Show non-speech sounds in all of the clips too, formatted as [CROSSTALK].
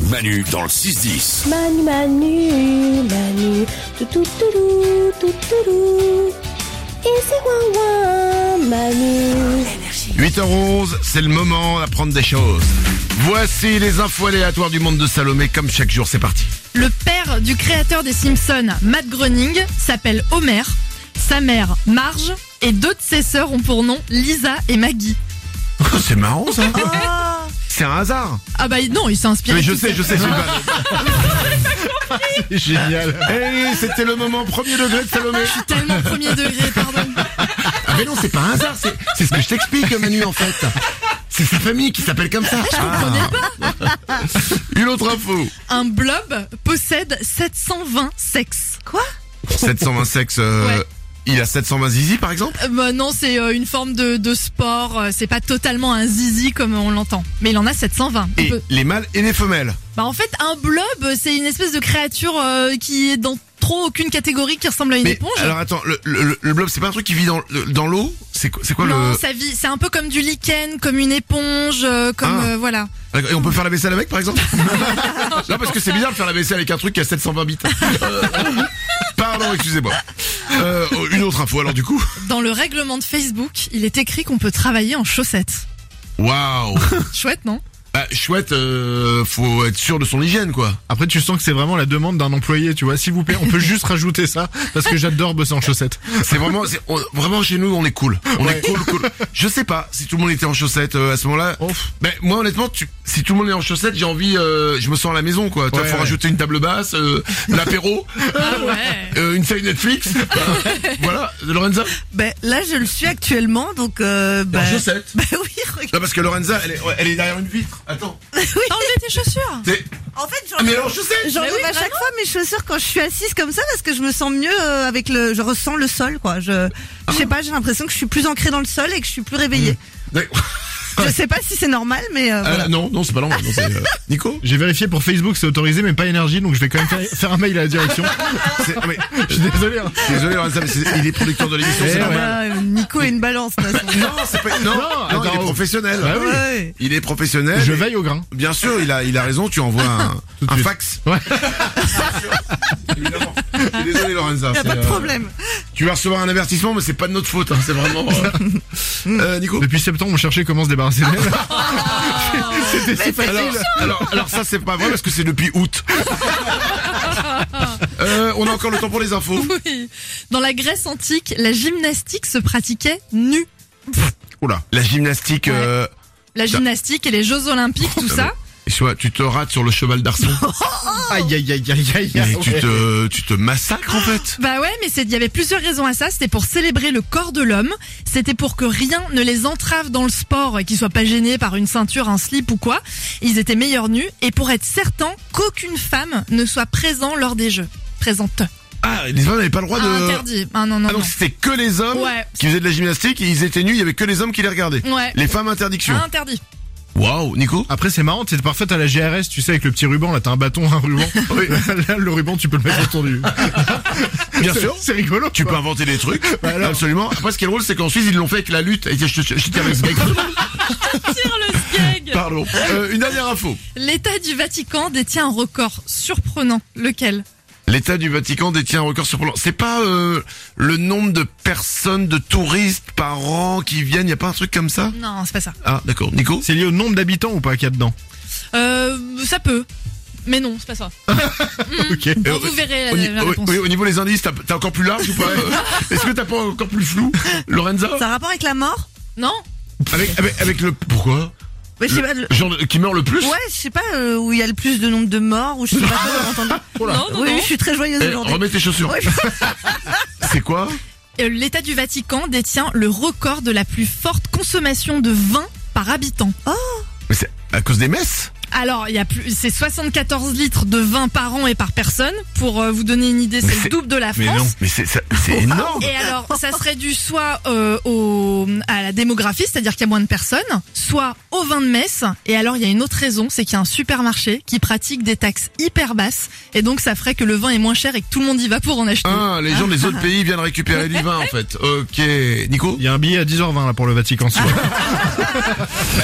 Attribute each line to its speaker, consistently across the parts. Speaker 1: Manu dans le 6-10.
Speaker 2: Manu, Manu, Manu, tout tout tout tout tout tout. Et c'est ouin ouin, Manu.
Speaker 3: 8h11, c'est le moment d'apprendre des choses. Voici les infos aléatoires du monde de Salomé, comme chaque jour, c'est parti.
Speaker 4: Le père du créateur des Simpsons, Matt Groening, s'appelle Homer. Sa mère, Marge. Et deux de ses sœurs ont pour nom Lisa et Maggie.
Speaker 3: Ah, C'est marrant ça C'est un hasard
Speaker 4: Ah bah non, il s'est inspiré.
Speaker 3: Mais je
Speaker 4: tout
Speaker 3: sais,
Speaker 4: seul.
Speaker 3: je sais, c'est une vanne. [LAUGHS] C'est Génial. Hey, c'était le moment premier degré de Salomé.
Speaker 4: Je suis tellement premier degré, pardon.
Speaker 3: Ah mais non, c'est pas un hasard, c'est, c'est ce que je t'explique Manu en fait. C'est sa famille qui s'appelle comme ça. Ah. Une autre info.
Speaker 4: Un blob possède 720 sexes. Quoi
Speaker 3: 720 sexes, euh,
Speaker 4: Ouais.
Speaker 3: il a 720 zizi par exemple
Speaker 4: bah Non, c'est euh, une forme de, de sport. euh, C'est pas totalement un zizi comme on l'entend. Mais il en a 720. On
Speaker 3: Et
Speaker 4: peut-
Speaker 3: les mâles et les femelles.
Speaker 4: Bah en fait, un blob, c'est une espèce de créature euh, qui est dans trop aucune catégorie qui ressemble à une
Speaker 3: Mais
Speaker 4: éponge.
Speaker 3: alors attends, le, le, le blob, c'est pas un truc qui vit dans, le- dans l'eau C'est quoi, c'est quoi
Speaker 4: non,
Speaker 3: le...
Speaker 4: ça vit. C'est un peu comme du lichen, comme une éponge, euh, comme
Speaker 3: Ah.
Speaker 4: euh, voilà.
Speaker 3: Et on peut faire la vaisselle avec par exemple Non parce que c'est bizarre de faire la vaisselle avec un truc qui a 720 bits. Euh, Pardon, excusez-moi. Euh, une autre info alors du coup.
Speaker 4: Dans le règlement de Facebook, il est écrit qu'on peut travailler en chaussettes.
Speaker 3: Waouh
Speaker 4: Chouette, non
Speaker 3: Bah chouette, euh, faut être sûr de son hygiène quoi.
Speaker 5: Après, tu sens que c'est vraiment la demande d'un employé, tu vois. S'il vous plaît, on peut juste rajouter ça parce que j'adore bosser en chaussettes.
Speaker 3: C'est vraiment, c'est- on- vraiment chez nous on est cool. On est cool, cool. Je sais pas si tout le monde était en chaussettes euh, à ce moment-là.
Speaker 5: Ouf.
Speaker 3: Mais moi honnêtement, tu, si tout le monde est en chaussettes, j'ai envie, euh, je me sens à la maison quoi. Tu vois,
Speaker 5: Ouais,
Speaker 3: faut
Speaker 5: ouais.
Speaker 3: rajouter une table basse, euh, l'apéro,
Speaker 4: Ah ouais.
Speaker 3: euh, une série
Speaker 5: [LAUGHS]
Speaker 3: Netflix. Euh, voilà, Lorenza.
Speaker 6: Ben là, je le suis actuellement, donc. Euh, ben,
Speaker 4: Bah,
Speaker 3: En chaussettes.
Speaker 6: [LAUGHS] ben oui, regarde.
Speaker 3: Non parce que Lorenza, elle est, ouais, elle est derrière une vitre. Attends.
Speaker 4: Enlevez tes chaussures.
Speaker 3: C'est-
Speaker 6: En fait,
Speaker 3: Ah, mais elle est
Speaker 6: j'enlève
Speaker 3: en chaussettes.
Speaker 6: j'enlève
Speaker 4: Mais oui,
Speaker 6: à chaque fois mes chaussures quand je suis assise comme ça parce que je me sens mieux euh, avec le. Je ressens le sol, quoi. Je, je
Speaker 3: Ah.
Speaker 6: sais pas, j'ai l'impression que je suis plus ancrée dans le sol et que je suis plus réveillée.
Speaker 3: Mmh. [LAUGHS]
Speaker 6: Je sais pas si c'est normal, mais. euh,
Speaker 3: Euh,
Speaker 6: voilà.
Speaker 3: non, non, c'est pas normal. non, c'est, euh, Nico.
Speaker 5: J'ai vérifié pour Facebook, c'est autorisé, mais pas énergie, donc je vais quand même faire, faire un mail à la direction.
Speaker 3: C'est- ah, mais,
Speaker 5: Je suis désolé. hein.
Speaker 3: désolé Lorenza, mais c'est- il est producteur de l'émission.
Speaker 5: Eh
Speaker 3: c'est
Speaker 5: ouais.
Speaker 3: normal.
Speaker 6: Ah, euh, Nico est une balance, de toute façon.
Speaker 3: Non, c'est pas. Non,
Speaker 5: Non,
Speaker 3: non, il est
Speaker 5: attends.
Speaker 3: professionnel.
Speaker 5: Bah oui.
Speaker 6: Ouais.
Speaker 3: Il est professionnel.
Speaker 5: Je veille au grain.
Speaker 3: Bien sûr, il a, il a raison, tu envoies un,
Speaker 5: Tout de
Speaker 3: un
Speaker 5: suite.
Speaker 3: fax.
Speaker 5: Ouais.
Speaker 3: Évidemment. Je suis Désolé Lorenza.
Speaker 6: Y a
Speaker 3: c'est,
Speaker 6: pas de
Speaker 3: euh,
Speaker 6: problème.
Speaker 3: tu vas recevoir un avertissement, mais c'est pas de notre faute. hein, c'est vraiment. euh,
Speaker 5: [LAUGHS]
Speaker 3: euh, Nico.
Speaker 5: Depuis septembre, on cherchait comment se débarrasser d'elle.
Speaker 3: Alors, alors, alors ça c'est pas vrai parce que c'est depuis août. Euh, on a encore le temps pour les infos.
Speaker 4: Oui. Dans la Grèce antique, la gymnastique se pratiquait nue.
Speaker 3: Oula. La gymnastique.
Speaker 4: Ouais.
Speaker 3: euh,
Speaker 4: La gymnastique et les Jeux Olympiques, tout ça.
Speaker 3: et soit tu te rates sur le cheval
Speaker 4: [LAUGHS]
Speaker 3: d'arçon
Speaker 5: Aïe, aïe, aïe, aïe, aïe,
Speaker 3: et
Speaker 5: aïe.
Speaker 3: tu te, tu te massacres en fait.
Speaker 4: Bah ouais, mais c'est- il y avait plusieurs raisons à ça. C'était pour célébrer le corps de l'homme. C'était pour que rien ne les entrave dans le sport et qu'ils soient pas gênés par une ceinture, un slip ou quoi. Ils étaient meilleurs nus et pour être certain qu'aucune femme ne soit présente lors des Jeux. Présente.
Speaker 3: Ah, les hommes n'avaient pas le droit
Speaker 4: Ah,
Speaker 3: de.
Speaker 4: Interdit. Ah non, non,
Speaker 3: Ah donc c'était que les hommes
Speaker 4: Ouais.
Speaker 3: qui faisaient de la gymnastique et ils étaient nus, il y avait que les hommes qui les regardaient.
Speaker 4: non. Ouais.
Speaker 3: Les femmes interdiction.
Speaker 4: Ah, Interdit.
Speaker 3: Waouh, Nico
Speaker 5: Après, c'est marrant, t'es parfaite à la GRS, tu sais, avec le petit ruban, là, t'as un bâton, un ruban. [LAUGHS] Là, le ruban, tu peux le mettre autour du.
Speaker 3: Bien
Speaker 5: C'est-
Speaker 3: sûr.
Speaker 5: C'est rigolo.
Speaker 3: Tu
Speaker 5: quoi.
Speaker 3: peux inventer des
Speaker 4: [LAUGHS]
Speaker 3: trucs.
Speaker 4: Bah,
Speaker 3: Absolument. Après, ce qui est drôle, c'est qu'en Suisse, ils l'ont fait avec la lutte. Et je, je, je, je tiens avec
Speaker 4: [LAUGHS]
Speaker 3: ce mec.
Speaker 4: Tire le skeg.
Speaker 3: Pardon. Euh, une dernière info.
Speaker 4: L'État du Vatican détient un record surprenant. Lequel
Speaker 3: L'État du Vatican détient un record surprenant. C'est pas euh, le nombre de personnes, de touristes par an qui viennent. Y a pas un truc comme ça
Speaker 4: Non, c'est pas ça.
Speaker 3: Ah, d'accord. Nico
Speaker 5: C'est lié au nombre d'habitants ou pas qu'il y a dedans
Speaker 4: Euh, ça peut. Mais non, c'est
Speaker 6: [LAUGHS]
Speaker 4: pas ça.
Speaker 6: Hmm.
Speaker 5: Ok.
Speaker 4: Bon,
Speaker 3: Euh,
Speaker 4: vous verrez la,
Speaker 3: au, ni-
Speaker 4: la
Speaker 3: au-
Speaker 4: réponse.
Speaker 3: oui, au niveau des indices, t'as t'as encore plus large ou pas Euh, [LAUGHS] Est-ce que t'as pas encore plus flou, Lorenza
Speaker 6: Ça a rapport avec la mort
Speaker 4: Non
Speaker 3: avec, avec, avec le pourquoi
Speaker 6: Ouais, je sais pas. le-
Speaker 3: Genre de- qui meurt le plus
Speaker 6: Ouais, je sais pas euh, où il y a le plus de nombre de morts ou je sais pas quoi, j'ai entendu.
Speaker 3: [LAUGHS] Oh
Speaker 4: Non, non,
Speaker 6: Oui,
Speaker 4: non.
Speaker 6: oui, je suis très joyeuse
Speaker 3: Eh,
Speaker 6: aujourd'hui.
Speaker 3: remets tes chaussures.
Speaker 6: Ouais.
Speaker 3: [LAUGHS] C'est quoi
Speaker 4: Euh, L'État du Vatican détient le record de la plus forte consommation de vin par habitant.
Speaker 6: Oh.
Speaker 3: Mais c'est à cause des messes
Speaker 4: Alors, il y a plus, c'est 74 litres de vin par an et par personne. Pour euh, vous donner une idée,
Speaker 3: Mais
Speaker 4: c'est
Speaker 3: c'est-
Speaker 4: le double de la
Speaker 3: Mais non,
Speaker 4: France.
Speaker 3: mais c'est ça- c'est énorme.
Speaker 4: Et alors, ça serait dû soit euh, au, à la démographie, c'est-à-dire qu'il y a moins de personnes, soit au vin de messe. Et alors, il y a une autre raison, c'est qu'il y a un supermarché qui pratique des taxes hyper basses. Et donc, ça ferait que le vin est moins cher et que tout le monde y va pour en acheter.
Speaker 3: Ah, les
Speaker 6: [LAUGHS]
Speaker 3: gens des autres pays viennent récupérer du vin en fait. Ok, Nico
Speaker 5: Il y a un billet à 10h20 là pour le Vatican. ce soir.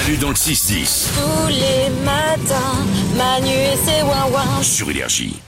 Speaker 1: Manu dans le 6-10.
Speaker 2: Tous les matins.
Speaker 7: matin. Manu et ses ouin
Speaker 2: Sur Énergie.